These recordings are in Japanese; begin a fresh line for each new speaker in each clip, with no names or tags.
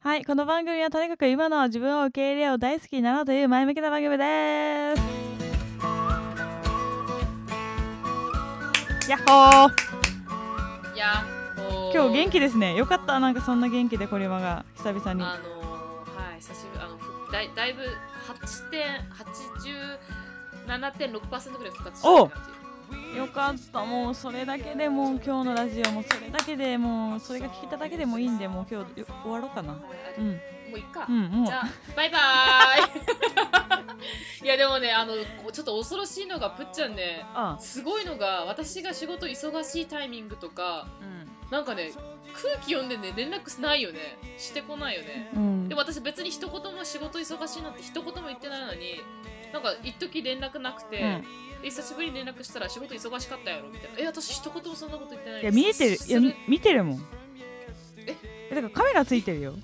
はいこの番組はとにかく今の自分を受け入れよう大好きになろうという前向きな番組ですやっほー
いやこう
今日元気ですねよかったなんかそんな元気でコリマが久々に
あのーはい久しぶりあのふだいだいぶ8点87.6%ぐらい復活してる感
よかったもうそれだけでもう今日のラジオもそれだけでもうそれが聞いただけでもいいんでもう今日よ終わろうかな
じ、はいあ
う
り
ん
もういっか、
うんもう
じゃあバイバーイ いやでもねあのこうちょっと恐ろしいのがぷっちゃんね
あ
すごいのが私が仕事忙しいタイミングとかなんかね空気読んでね連絡ないよねしてこないよね
うん、うん
でも私別に一言も仕事忙しいなんて一言も言ってないのになんか一時連絡なくて、
うん
で久しぶりに連絡したら仕事忙しかったやろみたいなえ私一言もそんなこと言ってない
いや見えてるい
す
や
る
見てるもん
え
えだからカメラついてるよ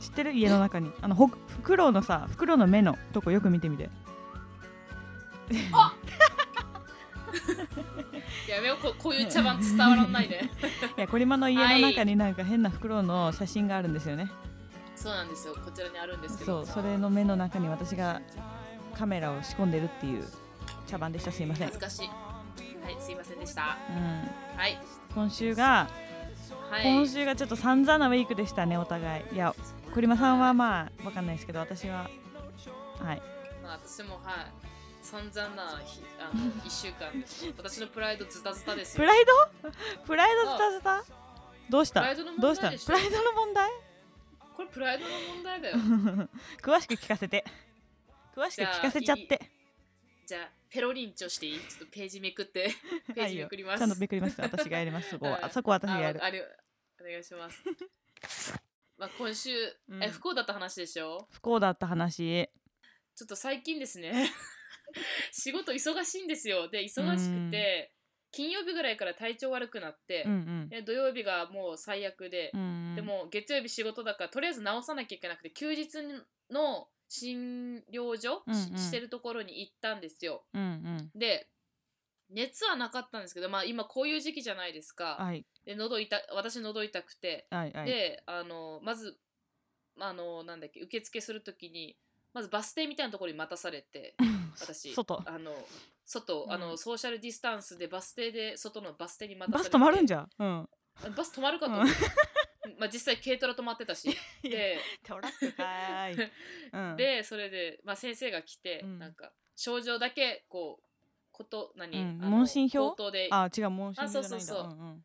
知ってる家の中にあのほフクロウのさフクロウの目のとこよく見てみて
やめようここういう茶番伝わらないで
いやコリマの家の中になんか変なフクロウの写真があるんですよね、
そうなんですよこちらにあるんですけ
そ
ど
うそれの目の中に私がカメラを仕込んでるっていう茶番でしたすいません、う
恥ずかしいはいすいませんでした
ん、
はい
今週が
はい
今週がちょっと散々なウィークでしたねお互いいやコリマさんはまあわかんないですけど私ははい
まあ、私もはい散々な日あの1週間です私のプライドズタズタです
プ
よ
ライド プライドズタズタどうし
プラ
た
イドの問題
どうした
でしょ
プライドの問題
これプライドの問題だよ
詳しく聞かせて詳しく聞かせちゃって
じゃあペロリンチョしていいちょっとページめくって ページめくります
ちゃんとめくります私がやりますそこは
うん
そこは私が
あ
やる
あれお願いします まあ今週、
うん
え不幸だった話でしょ
不幸だった話
ちょっと最近ですね 仕事忙しいんですよで忙しくて金曜日ぐらいから体調悪くなって、
うん
で土曜日がもう最悪で、
うんうん
でも月曜日仕事だからとりあえず直さなきゃいけなくて休日の診療所、
うんうん
ししてるところに行ったんですよ
うんうん
で熱はなかったんですけどまあ今こういう時期じゃないですか
はい
で喉痛私喉痛くて
はいはい
であのまずあのなんだっけ受付するときにまずバス停みたいなところに待たされ て私
外
あの外、あ
う
の
ん
ソーシャルディスタンスでバス停で外のバス停に待たさ
バス
れて
止まるんじゃんうん
バス止まるかと思
うん
う まあ実際軽トラ止まってたしで
トラックかーいうん
でそれで、まあ、先生が来て、
うん
なんか症状だけこうこと何、
うん
あの
問診票
口頭で
あ違う問診
あそう
じゃ
そ
な
う
いんだ
そうん
ん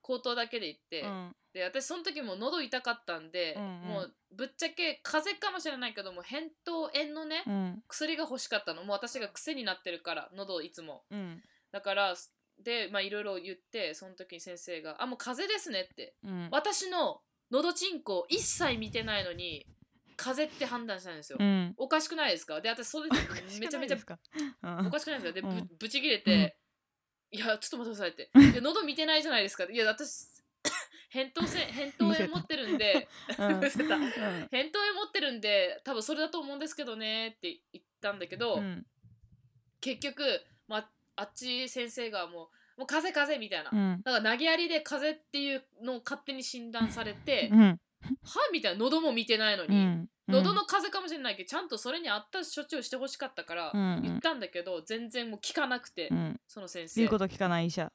口頭だけで言って、
うん
で私その時もう喉痛かったんで、
うんうん
もうぶっちゃけ風邪かもしれないけども扁桃炎のね、
うん
薬が欲しかったのもう私が癖になってるから喉いつも
うん
だからでまあいろいろ言ってその時に先生が「あもう風邪ですね」って
うん
私の喉チンコを一切見てないのに風邪って判断したんですよ、
うん
おかしくないですかで私それでめちゃめちゃお
お
か
かし
しくないですかで、
うん
ぶぶち切れて、いや、ちょっと待ってくだ さいって。いや、喉見てないじゃないですか。いや、私、扁桃腺、扁桃炎持ってるんで、
くないですか
うん
うんうん
扁桃炎持ってるんで、多分それだと思うんですけどねって言ったんだけど、
うん
結局、まあ、あっち先生がもう、もう風邪風邪みたいな。
うん
なんか投げやりで風邪っていうのを勝手に診断されて、
うん
はみたいな喉も見てないのに、
うん
喉の風邪かもしれないけどちゃんとそれに合った処置をしてほしかったから
うんうん
言ったんだけど、全然もう効かなくて、
うんうん
その先生
言うこと聞かない医者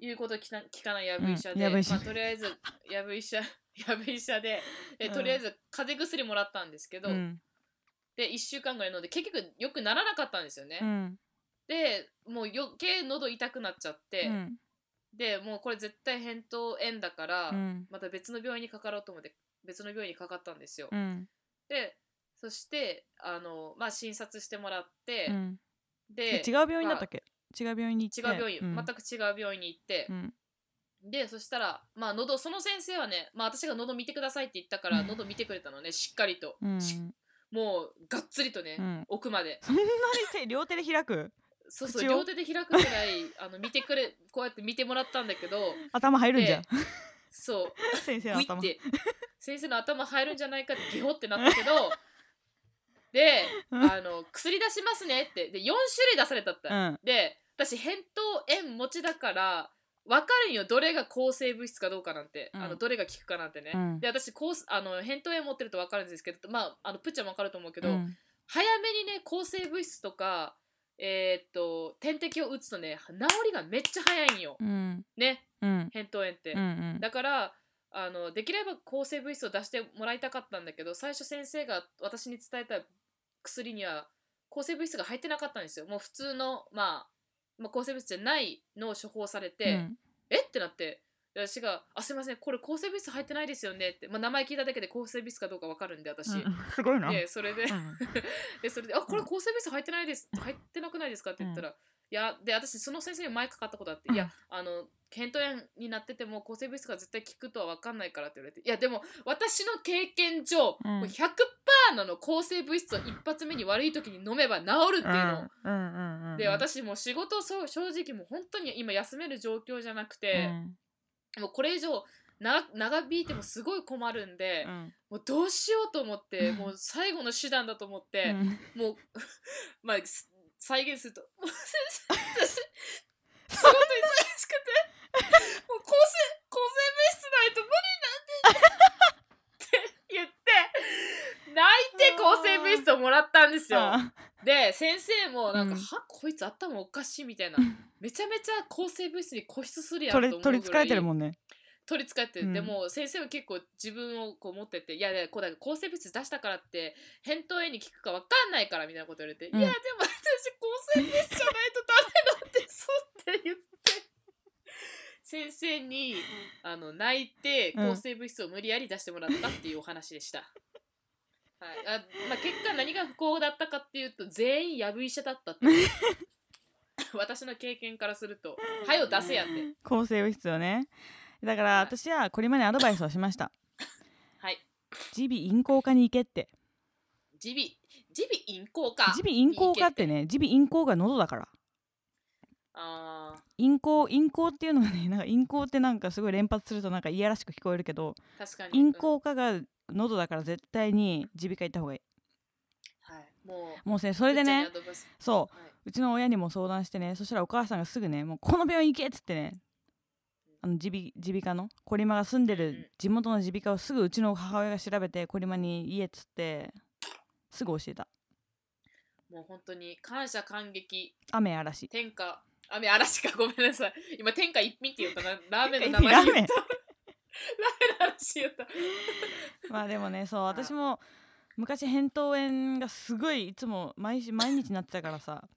言うこと聞か聞かないやぶ医者
うん
で、
やぶ医者
まあ、とりあえ ずやぶ医者 やぶ医者でえ
うん
とりあえず風邪薬もらったんですけど、
うん
で1週間ぐらい飲んで結局よくならなかったんですよね、
うん
でもう余計喉痛くなっちゃって、
うん
でもうこれ絶対扁桃炎だから、
うん
また別の病院にかかろうと思って別の病院にかかったんですよ、
うん
でそしてあの、まあ、診察してもらって、
うん
で
え違う病院だったっけ違う病院に行
違う
って
病院、
うん
全く違う病院に行って、
うん
でそしたらまあ喉その先生はね、まあ、私が喉見てくださいって言ったから
うん
喉見てくれたのねしっかりと、
うん
しもうがっつりとね、
うん
奥まで
そんなに 手両手で開く
そうそう
口を
両手で開くぐらいあの見てくれこうやって見てもらったんだけど
頭入るんじゃん
でそ
先生
う
の
グイっ
頭
て先生の頭入るんじゃないかってギホってなったけどで
うん
あの薬出しますねってで4種類出されたった、
うん
で私扁桃炎持ちだから分かるんよどれが抗生物質かどうかなんて、
うん
あのどれが効くかなんてね、
うん
で私抗あの扁桃炎持ってると分かるんですけどまああのプッちゃんも分かると思うけど、
うん
早めにね抗生物質とかえーっと点滴を打つとね治りがめっちゃ早いんよ、
うん
ね
うん
扁桃炎って、
うんうん
だからあのできれば抗生物質を出してもらいたかったんだけど最初先生が私に伝えた薬には抗生物質が入ってなかったんですよもう普通の、まあ、まあ抗生物質じゃないのを処方されて、
うん
えってなってで私が「あすいませんこれ抗生物質入ってないですよね」って、まあ、名前聞いただけで抗生物質かどうか分かるんで私、
うん すごいな、
でそれで
うん
でそれで「あこれ抗生物質入ってない です入ってなくないですか?」って言ったら「いやで私その先生に前かかったことあって「
うん
いやあの扁桃炎になってても抗生物質が絶対効くとは分かんないから」って言われて「いやでも私の経験上、
うん
もう100%なの抗生物質を一発目に悪い時に飲めば治るっていうの。
うんうんうんうん
で私もう仕事そう正直もう本当に今休める状況じゃなくて、もうこれ以上長長引いてもすごい困るんで、
うん
もうどうしようと思って、
うん
もう最後の手段だと思って、
うん
もう、まあ、す再現すると、もう先生、私、仕事忙しくて、もう抗生、抗生物質ないと無理なんで、って言って、泣いて抗生物質をもらったんですよ。
あ
で、先生も、なんか、
うん
は、こいつ頭おかしいみたいな
うん、
めちゃめちゃ抗生物質に固執するやんと
取
思
り
うぐらい。
取りつかれてるもんね
取りつかれてる、
うん
でも先生は結構自分をこう持ってて「いやいやこうだから抗生物質出したからって扁桃炎に効くか分かんないから」みたいなこと言われて「
うん
いやでも私抗生物質じゃないとダメなんです」って言って先生にあの泣いて
うん
抗生物質を無理やり出してもらったっていうお話でした。はいあまあ、結果何が不幸だったかっていうと全員やぶ医者だったって いう私の経験からすると「はよ出せや」って。
抗生物質をねだから
はい
私はこれまでアドバイスをしました
はい
耳鼻咽喉科に行けって
耳鼻耳鼻咽喉科
耳鼻咽喉科ってね耳鼻咽喉が喉だから
あ
咽喉咽喉っていうのはね なんか咽喉ってなんかすごい連発するとなんかいやらしく聞こえるけど
ー確かに
咽喉科が喉だから絶対に耳鼻科行った方がいい
うんはいもう
もうねそ
そ
れでね
はい、
そううちの親にも相談してねそしたらお母さんがすぐねもうこの病院行けっつってねあの耳鼻耳鼻科のコリマが住んで
うん
る地元の耳鼻科をすぐうちの母親が調べてコリマに言えっつってすぐ教えた
もう本当に感謝感激
雨嵐
天下雨嵐かごめんなさい今天下一品って言ったな ラーメンの名前
ラーメ
言
ン
ったラーメンの嵐言った
まあでもねそう
あ
私も昔扁桃炎がすごいいつも毎週毎日なってたからさ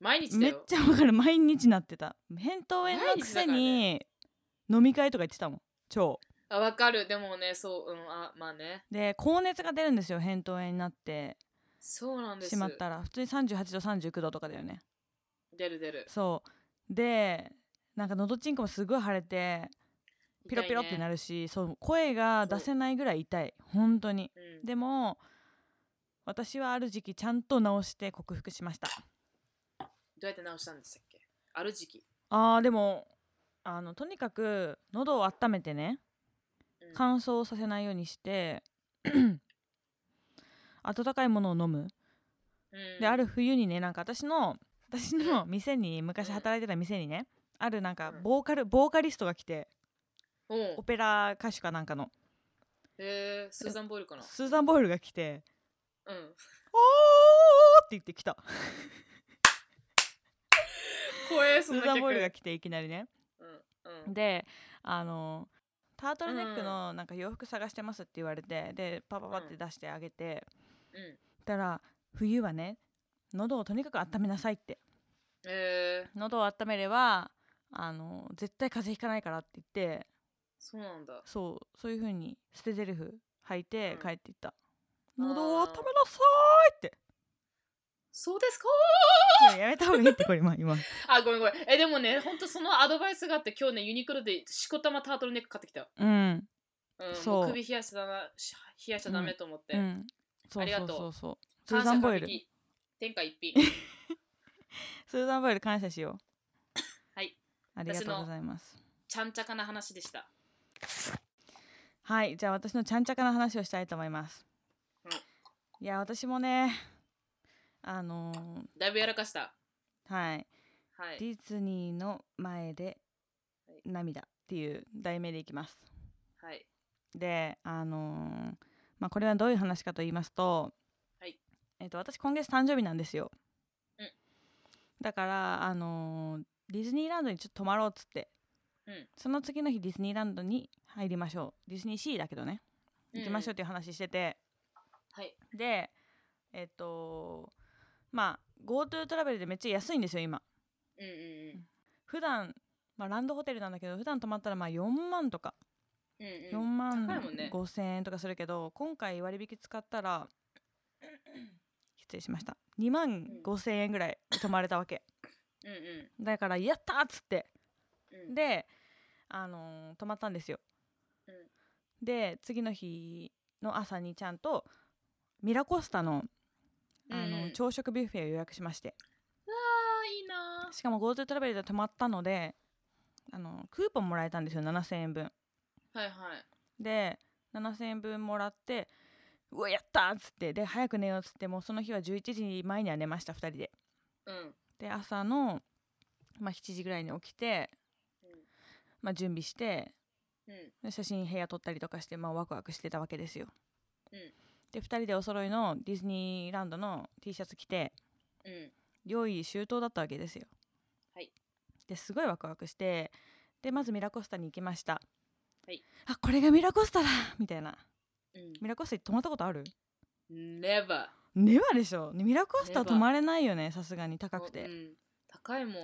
毎日だ
めっ
よ
ちゃわかる毎日なってた扁桃炎のくせに飲み会とか行ってたもん超
あわかるでもねそううんあまあね
で高熱が出るんですよ扁桃炎になって
そうなんです
しまったら普通に38度39度とかだよね
出る出る
そうでなんかのどちんこもすごい腫れてピロピロってな
る、
るし、そう声が出せないぐらい痛い本当に
うん
でも私はある時期ちゃんと治して克服しました
どうやって直したんでしたっけある時期、
あーでもあのとにかく喉を温めてね
うん
乾燥させないようにして 温かいものを飲む
うん
である冬にねなんか私の私の店に昔働いてた店にねあるなんか
うん
ボーカルボーカリストが来て
うんへ
オペラ歌手かなんかの
えスーザン・ボイルかな
スーザン・ボイルが来て
うん
「おー!」って言ってきた
怖え
ス
そん
ー
な
ザ
曲
ン・ボイルが来ていきなりね
うんうん
であのタートルネックのなんか洋服探してますって言われてでパパパって出してあげて
うん
たら冬はね喉をとにかく温めなさいって
えー、
喉を温めればあの絶対風邪ひかないからって言って
そうなんだ
そうそういう風に捨てゼリフ吐いて
うん
帰っていった、
あー
喉を温めなさ
そうですか
ーいってやめた方がいいってこれ今今
あごめんごめんえでもねほんとそのアドバイスがあって今日ねユニクロでしこたまタートルネック買ってきた、
うん
うん、
そう
もう首冷やしだなし冷やしちゃダメと思って、
うん、そ
あ
う
り
そ
が
う
とう
そうそうス
感
ーザ
謝
ン・ボ
感
イル
激天下一品
スーザン・ボイル感謝しよう
はい
ありがとうございます
ちゃんちゃかな話でした
はいじゃあ私のちゃんちゃかな話をしたいと思います、
うん
いや私もねあの
だいぶやらかした
ーはい
はい
ディズニーの前で
はい
涙」っていう題名でいきます。
はい
であのーまあ、これはどういう話かと言いますと,、
はい
えっと私今月誕生日なんですよ、
うん
だから、あのーディズニーランドにちょっと泊まろうっつって、
うん
その次の日ディズニーランドに入りましょうディズニーシーだけどね行きましょうっ
ん
ていう話してて、
はい
でえっとまあ GoTo トラベルでめっちゃ安いんですよ今
うんうん
普段まあ、ランドホテルなんだけど普段泊まったらまあ4万とか
うんう
4
んうん
万
高いもんね
5千円とかするけど、今回割引使ったら失礼しました2万5千円ぐらい泊まれたわけ
うんうん
だからやったーっつって
うん
で、あのー泊まったんですよ、
うん
で次の日の朝にちゃんとミラコスタのあのー、
うんうん
朝食ビュッフェを予約しまして
あーいいな
しかも GoTo トラベルで泊まったので、あのークーポンもらえたんですよ7000円分
ーはいはい
で7,000円分もらってうわやったーっつってで早く寝ようっつってもうその日は11時前には寝ました2人で
うん
で朝の、まあ、7時ぐらいに起きて、
うん
まあ、準備して
うん
で写真部屋撮ったりとかして、まあ、ワクワクしてたわけですよ、
うん
で2人でお揃いのディズニーランドの T シャツ着て
うん
用意周到だったわけですよ
はい
ですごいワクワクしてでまずミラコスタに行きました、
はい、
あこれがミラコスタだみたいな
うん
ミラコスタに泊まったことある
Never
ネバでしょミラコスタは
ネバ
泊まれないよねさすがに高くて、
うん、高いもん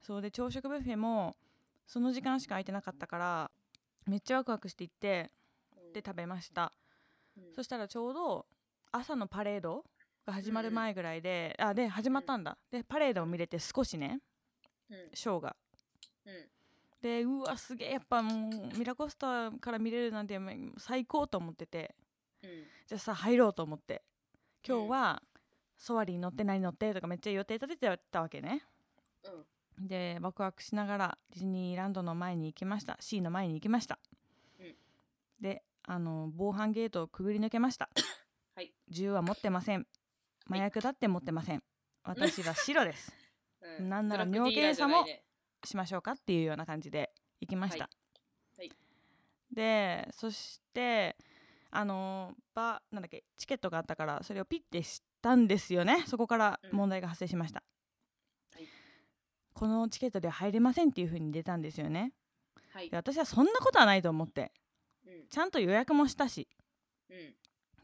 そうで朝食ビュッフェもその時間しか空いてなかったからめっちゃワクワクして行って
うん
で食べました、
うん
そしたらちょうど朝のパレードが始まる前ぐらいで、あで始まったんだ、でパレードを見れて少しね
うん
ショーが
うん
でうわすげえやっぱもうミラコスタから見れるなんてもう最高と思ってて
うん
じゃあさ入ろうと思って今日は、ソワリに乗って何乗ってとかめっちゃ予定立ててたわけね
うん
でワクワクしながらディズニーランドの前に行きました C の前に行きました、
うん
であの防犯ゲートをくぐり抜けました、
はい
銃は持ってません麻薬だって持ってません、私は白です
うん
なんなら
ドラッグディーラーじゃないね
しましょうかっていうような感じで行きました、
はいはい
でそしてあのバなんだっけチケットがあったからそれをピッてしたんですよねそこから
うん
問題が発生しました、
はい
このチケットでは入れませんっていう風に出たんですよね
はい
で私はそんなことはないと思って
うん
ちゃんと予約もしたし
う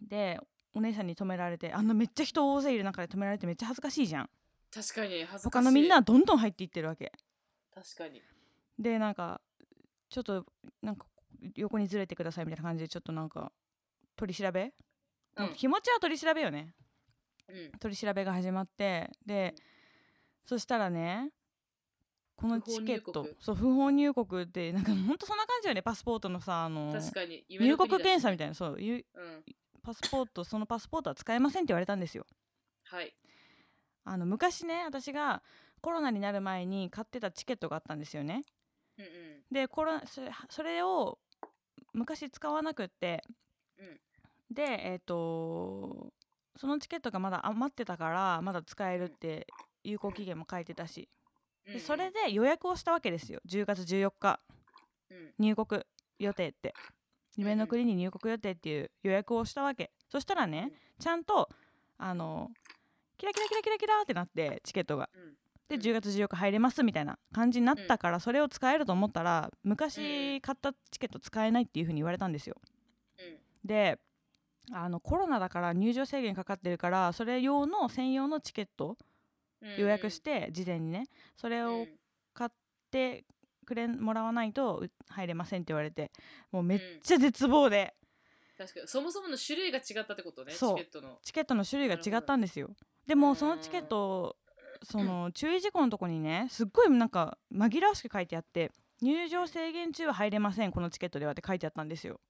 ん
でお姉さんに止められてあんなめっちゃ人大勢いる中で止められてめっちゃ恥ずかしいじゃん
確かに恥ずかしい
他のみんなはどんどん入っていってるわけ
確かに
でなんかちょっとなんか横にずれてくださいみたいな感じでちょっとなんか取り調べ、
うん
気持ちは取り調べよね
うん
取り調べが始まってで、そしたらねこのチケッ
不法
ト
入国
そう不法入国ってなんかほんとそんな感じよねパスポートのさあの
確かに夢
入
の
国
国だしね
検査みたいなそうゆ
うん
パスポートそのパスポートは使えませんって言われたんですよ
はい
あの昔ね私がコロナになる前に買ってたチケットがあったんですよね
うんうん
でコロナそれそれを昔使わなくって、
うん
でえっ、とそのチケットがまだ余ってたからまだ使えるって有効期限も書いてた
う
し、
んう
で
ん
それで予約をしたわけですよ10月14日
うん
入国予定って夢の国に入国予定っていう予約をしたわけそしたらねちゃんとあのキラキラキラキラキラってなってチケットが
うん
で
うん
10月14日入れますみたいな感じになったからそれを使えると思ったら
う
昔買ったチケット使えないっていう風に言われたんですよ
うん
であのコロナだから入場制限かかってるからそれ用の専用のチケット
うん
予約して事前にねそれ
う
を
ん
買ってくれんもらわないとう入れませんって言われてもうめっちゃ絶望で
確かにそもそもの種類が違ったってことねチケ
そう
ットの
チケットの種類が
なるほど
違ったんですよでもそのチケットその注意事項のとこにねすっごいなんか紛らわしく書いてあって入場制限中は入れませんこのチケットではって書いてあったんですよ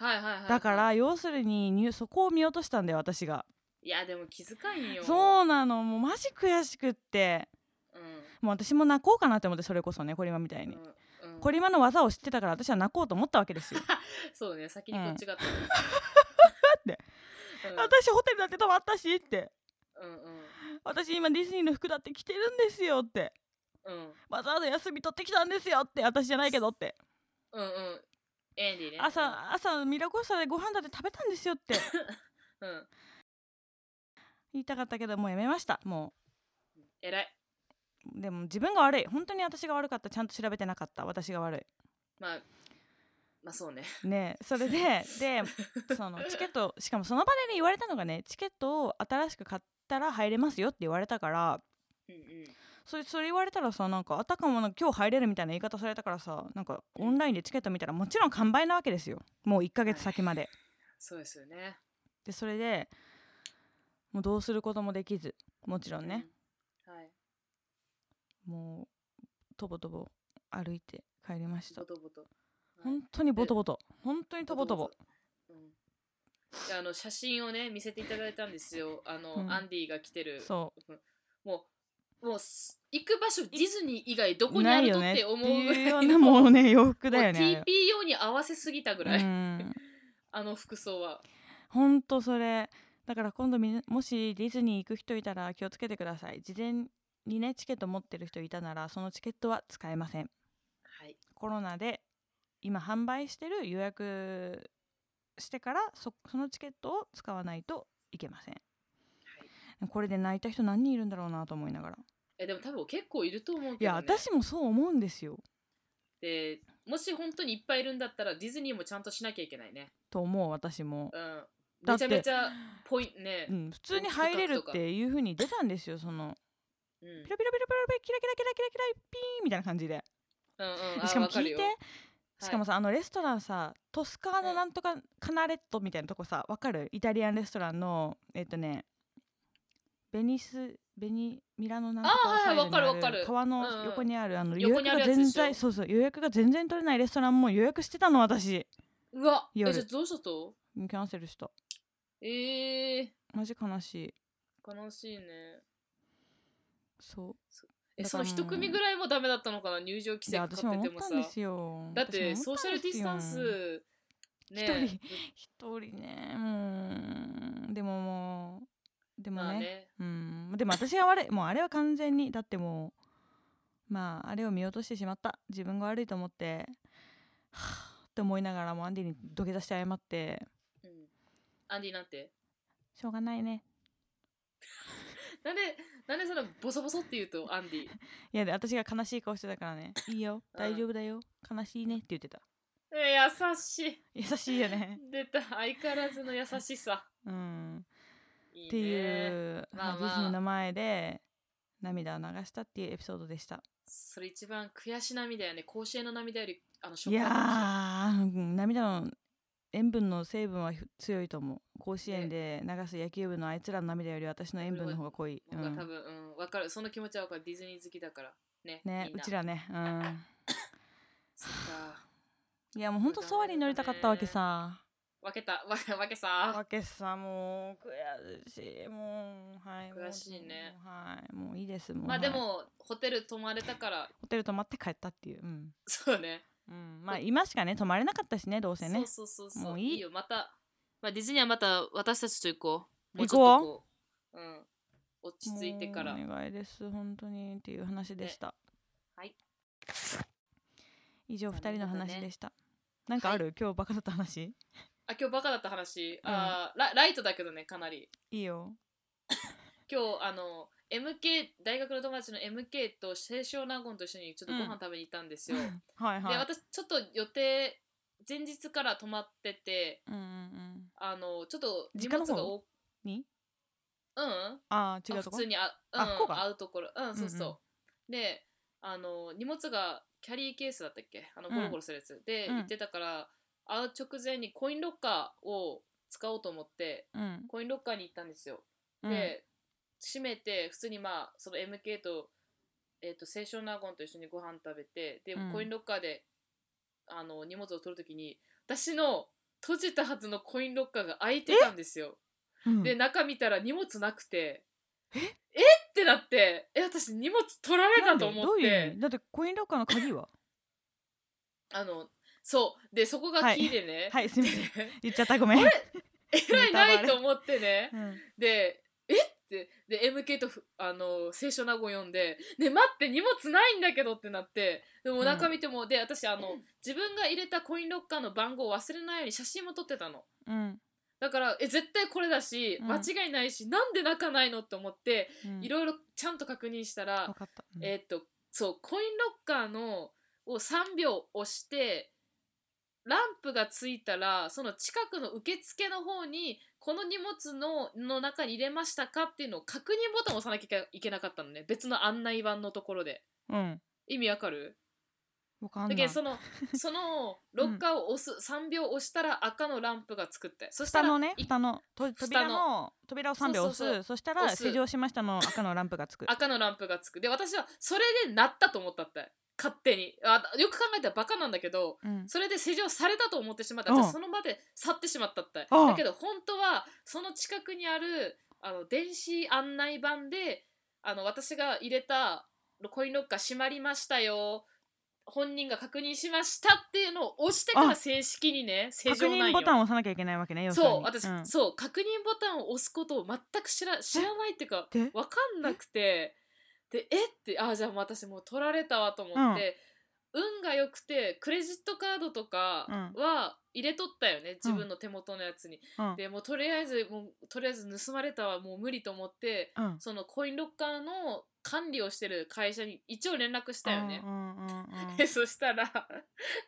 はいはいはいはい
だから要するに入そこを見落としたんだよ私が
いやでも気遣いよ
そうなのもうマジ悔しくって
うん
もう私も泣こうかなって思ってそれこそねコリマみたいに
うんうん
コリマの技を知ってたから私は泣こうと思ったわけですよ
そうね先にこっちがって
て
うん
私ホテルだって泊まったしって
うんうん
私今ディズニーの服だって着てるんですよって
うん
わざわざ休み取ってきたんですよって私じゃないけどって
うんうんエンディね
朝朝ミラコスタでご飯だって食べたんですよって
うん
言いたかったけどもうやめましたも
偉いう
でも自分が悪い本当に私が悪かったちゃんと調べてなかった私が悪
まあまあそうね
いねそれででそのチケットしかもその場でね言われたのがねチケットを新しく買ったら入れますよって言われたから
うんうん
それそれ言われたらさなんかあたかもなんか今日入れるみたいな言い方されたからさなんかオンラインでチケット見たらもちろん完売なわけですよもう1ヶ月先まで。
そうですよね
でそれでもうどうすることもできずもちろんね、
うんはい
もうとぼとぼ歩いて帰りました
ボトボト
本当にボトボト本当にとぼとぼ
うんであの写真をね見せていただいたんですよあの、
うん
アンディが来てる
そ
もうもうす行く場所ディズニー以外どこ
う
に
な
あ
い
るのっ
よねって
て思うぐら
い
いう
よう
の
な もうね洋服だよねあれ
もう TPO に合わせすぎたぐらい、
うん
あの服装は
ほんとそれだから今度みなもしディズニー行く人いたら気をつけてください事前にねチケット持ってる人いたならそのチケットは使えません
はい
コロナで今販売してる予約してからそそのチケットを使わないといけません、これで泣いた人何人いるんだろうなと思いながら
えでも多分結構いると思う
い
けど、
や
ね、
私もそう思うんですよ
でもし本当にいっぱいいるんだったらディズニーもちゃんとしなきゃいけないね
と思う私も、
うんめ
だっ
ちゃ
て
めちゃポイントね
うん、普通に入れるっていう風に出たんですよその
うん
ピロピロピロピロピロキラキラキラキラキラピーンみたいな感じで
うんう ん
し
あ
かも
わか
聞
る
い
よ
てしかもさ、あのレストランさトスカーナなんとかカナレットみたいなとこさわかるイタリアンレストランのえっとねベニスベニミラノなんとか
あーはいはい
サイドにあ
わかるわかる
川
うんう
の
ん
横にある、あの予
横
約
にある
が
やつ
全
でしょ
然そうそう予約が全然取れないレストランも予約してたの私
うわえじゃ
夜
あどうしたと
うんキャンセルした
ええ
マジ悲しい
悲しいね
そう
え
だ
その
から
一組ぐらいもダメだったのかな入場規
い
制
や
かか
私も
って
思って
も
た
さ
んですよ
だって
私
ソ
も
ー
思
シャ
たん
ル
です
ディ
よ
スタンスね
一人一人ねうんでももうでも
まあ
ね
ね
うんでも私が悪いもうあれは完全にだってもうまああれを見落としてしまった自分が悪いと思ってはぁって思いながらもうアンディに土下座して謝って
うんアンディなんて
しょうがないね
なんでなんでそのボソボソって言うとアンディ
いやで私が悲しい顔してたからねいいよ大丈夫だよ悲しいねって言ってた
え優しい
優しいよ ね
出た相変わらずの優しさ
うん
いいね
っていう
まあ
ま
まあ
あディズニーの前で涙を流したっていうエピソードでした
それ一番悔し涙やね甲子園の涙よりあのショ
い
ック
や
だったかもしれない
ー、うん涙の塩分の成分はひ強いと思う甲子園で流す野球部のあいつらの涙より私の塩分の方が濃い、う
なん
ん
か多分うんわかるその気持ちはわかるディズニー好きだからね
ね
みん
う
な
ちらね、う
そっか
ん、いやもうほんとソアリン乗りたかったわけさ
分けた わ分けさ
わけさもう悔しいもうはい
悔しいね
もうはいもういいですもう
まあ
は
で
い
も、ホテル泊まれたから
ホテル泊まって帰ったっていううん、
そうね
うん、まあ今しかね泊まれなかったしねどうせね
そうそうそうそう
もういい
よまた、まあ、ディズニーはまた私たちと行こうもう
行
ちょっ
こと
こううん落ち着いてから
もうお願いです本当にっていう話でした、
はい
以上
残
二
念
人の
だったね
話でした、なんかある、今日バカだった話
あ今日バカだった話、あーラライトだけどねかなり
いいよ
今日あの MK 大学の友達の MK と清少納言と一緒にちょっとご飯食べに行ったんですよ、
はいはい
で私ちょっと予定前日から泊まってて
うんうんうん
あのちょっと荷
実家の
物
方
が多
に
うんうん
あー違
あ
う
普
とこ
通にあ、うん、
あここか
会うところうんそうそう、
うん
であの荷物がキャリーケースだったっけあの
うん
ゴロゴロするやつ、で
うん
言ってたから会う直前にコインロッカーを使おうと思って
うん
コインロッカーに行ったんですよ、
うん
で閉めて普通にまあその MK と,、えー、と清少納言と一緒にご飯食べてで、
うん
コインロッカーであの荷物を取るときに私の閉じたはずのコインロッカーが開いてたんですよ
うん
で中見たら荷物なくてえってなってえ私荷物取られ
な
た
ん
と
で
思
ど
っ
ういう意
て
味だってコインロッカーの鍵は
あのそうでそこ
は
が
い
キー でね、
はいすみません言っちゃったごめん、
えらいないと思ってね
うん
でえっってで MK とふあの清少納言呼んで「ね待って荷物ないんだけど」ってなってでも中見ても、で私あの自分が入れたコインロッカーの番号を忘れないように写真も撮ってたの。
うん
だからえ絶対これだし
うん
間違いないし、なんで泣かないのって思って
うん
いろいろちゃんと確認したら、
わかった、うん
えーっとそうコインロッカーのを3秒押してランプがついたらその近くの受付の方にこの荷物のの中に入れましたかっていうのを確認ボタンを押さなきゃいけなかったのね別の案内板のところで
うん
意味わかる
わかんな
だ
い
けどそのそのロッカーを押す3秒押したら赤のランプがつくってそしたら
蓋のね
い
蓋のと扉の扉を3秒押す
そ
そう
そうそ
したら
押す
施錠しましたの赤のランプがつく
赤のランプがつくで私はそれで鳴ったと思ったって勝手にあよく考えたらバカなんだけど
うん
それで施錠されたと思ってしまった
うん
じゃあその場で去ってしまったって
うん
だけど本当はその近くにあるあの電子案内板であの私が入れたコインロッカー閉まりましたよ本人が確認しましたっていうのを押してか
あ
ら正式にね正
確
常なん
認
よ
ボタンを押さなきゃいけないわけね要するに
そう私、
ん
そう確認ボタンを押すことを全く知ら知らないっていうか
で
分かんなくてでえってあーじゃあもう私もう取られたわと思って、運が良くてクレジットカードとかは入れとったよね、自分の手元のやつに、
うん
でもうとりあえずもうとりあえず盗まれたわもう無理と思って
うん
そのコインロッカーの管理をしてる会社に一応連絡したよね
う、んうんうんうん
でそしたら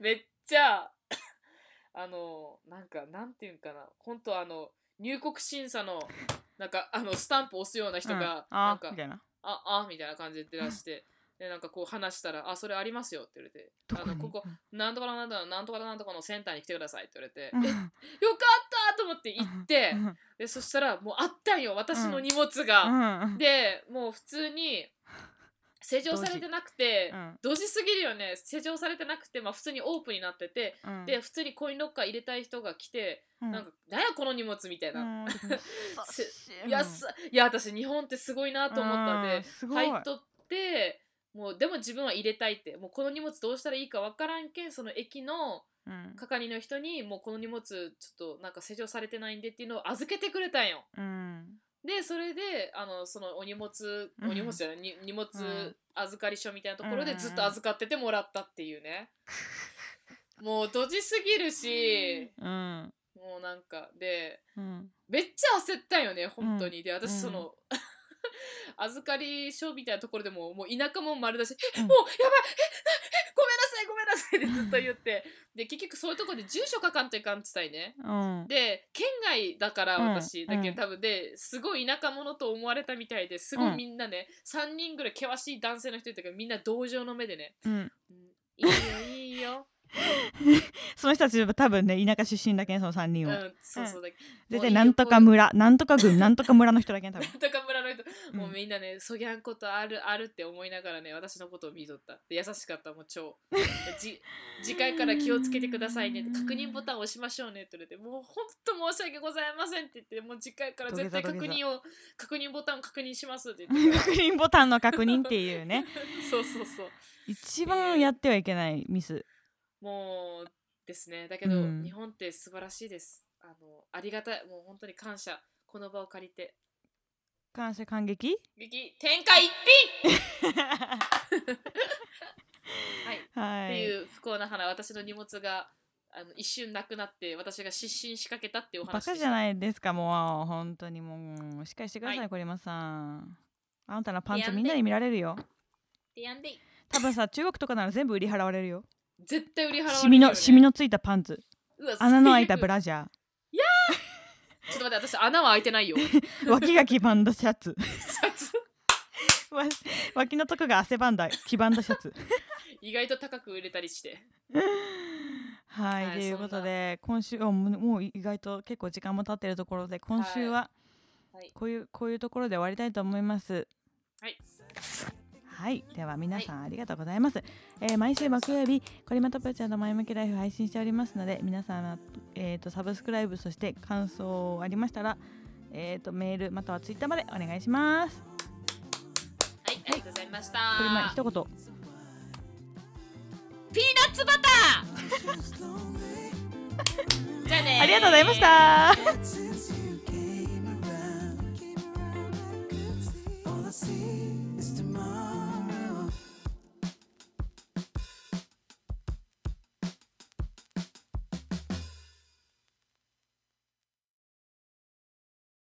めっちゃあのなんかなんていうんかな本当あの入国審査のなんかあのスタンプ押すような人が、
うん
な
あ
ん
ー
か
みたいな
「ああ」みたいな感じで出らしてでなんかこう話したら「あそれありますよ」って言われて「
ど
あ
こ
の
に
ここなんとかなんとかなんとかなんとかのセンターに来てください」って言われて「
うん
えよかった!」と思って行っ
う
て
んうん
でそしたらもうあったんよ私の荷物
う
が。
んうん
でもう普通に施錠されてなくて
う。ん
同時すぎるよね施錠されてなくて、まあ、普通にオープンになってて、
うん
で普通にコインロッカー入れたい人が来て、
うん
なんか「なんやこの荷物」みたいな、
うん私も
せ
優しい
いや すいや私日本ってすごいなと思ったん
うん
です
ごい
入っとってもうでも自分は入れたいってもうこの荷物どうしたらいいかわからんけんその駅の
うん
係の人にもうこの荷物ちょっとなんか施錠されてないんでっていうのを預けてくれたんよ。
うん
でそれであのそのお荷物
うん
お荷物じゃない、に荷物
ん
預かり所みたいなところ
う
で
ん
ずっと預かっててもらったっていう ね、もうドジすぎるし
うん
もうなんかで
うん
めっちゃ焦ったんよね本当に、で
う
私
ん
その、 預かり所みたいなところでももう田舎も丸だし、え
うん
もうやばいえごめんなさいごめんなさいってずっと言ってで結局そういうところで住所書かんといかんって言ったいね
うん
で県外だから
うん
私、だけ
うん
ど多分ですごい田舎者と思われたみたいですご
うん
いみんなね、3人ぐらい険しい男性の人とかみんな同情の目でね
うん
「うんいいよいいよ」
その人たちは多分ね田舎出身だけんその3
う
人は
ん、そうそうだけど
絶対なんとか村なんと か郡なんとか村の人だけん多分
高村の人、
うん
もうみんなねそぎゃんことあるあるって思いながらね私のことを見とったで優しかったもう 超じ次回から気をつけてくださいね確認ボタンを押しましょうねって言われてもうほんと申し訳ございませんって言ってもう次回から絶対
土下
確
座土下座
認を確認ボタンを確認しますって言って
確認ボタンの確認っていう ね
そうそうそう
一番やってはいけないミス
もうですねだけど、
うん
日本って素晴らしいですあのありがたいもう本当に感謝この場を借りて
感謝感激
劇天下一
は
品はいっ て
い
いう不幸な花私の荷物があの一瞬なくなって私が失神しかけたっていうお
バ
話
カ
でし
じ
た
ゃないですかもう本当にもうしっかりしてください、
はい
コリマさんあんたのパン
や
ツ
んで
みんなに見られるよ
でやんでい
多分さ中国とかなら全部売り払われるよ
絶対売り払われるよね
シミのシミのついたパンツ
うわ
穴の開いた
最
ブ
悪
ラジャ
ちょっと待って私穴は開いて ないよシ
ー脇が黄ばんだシャツ
ャツ
わ 脇のとこが汗ばんだ黄ばんだシャツ
意外と高く売れたりして
はい、
はい
ということで今週はもうもう意外と結構時間も経ってるところで今週は
はいはい
こういう、こういうところで終わりたいと思います
はい
はい、では皆さんありがとうございます。えー毎週木曜日、コリマトプチャの前向きライフ配信しておりますので、皆さんは、えー、とサブスクライブ、そして感想ありましたら、えー、とメールまたはツイッターまでお願いします。
はいありがとうございました
コリマ一言。
ピーナッツバターじゃあねー
ありがとうございました。
It's in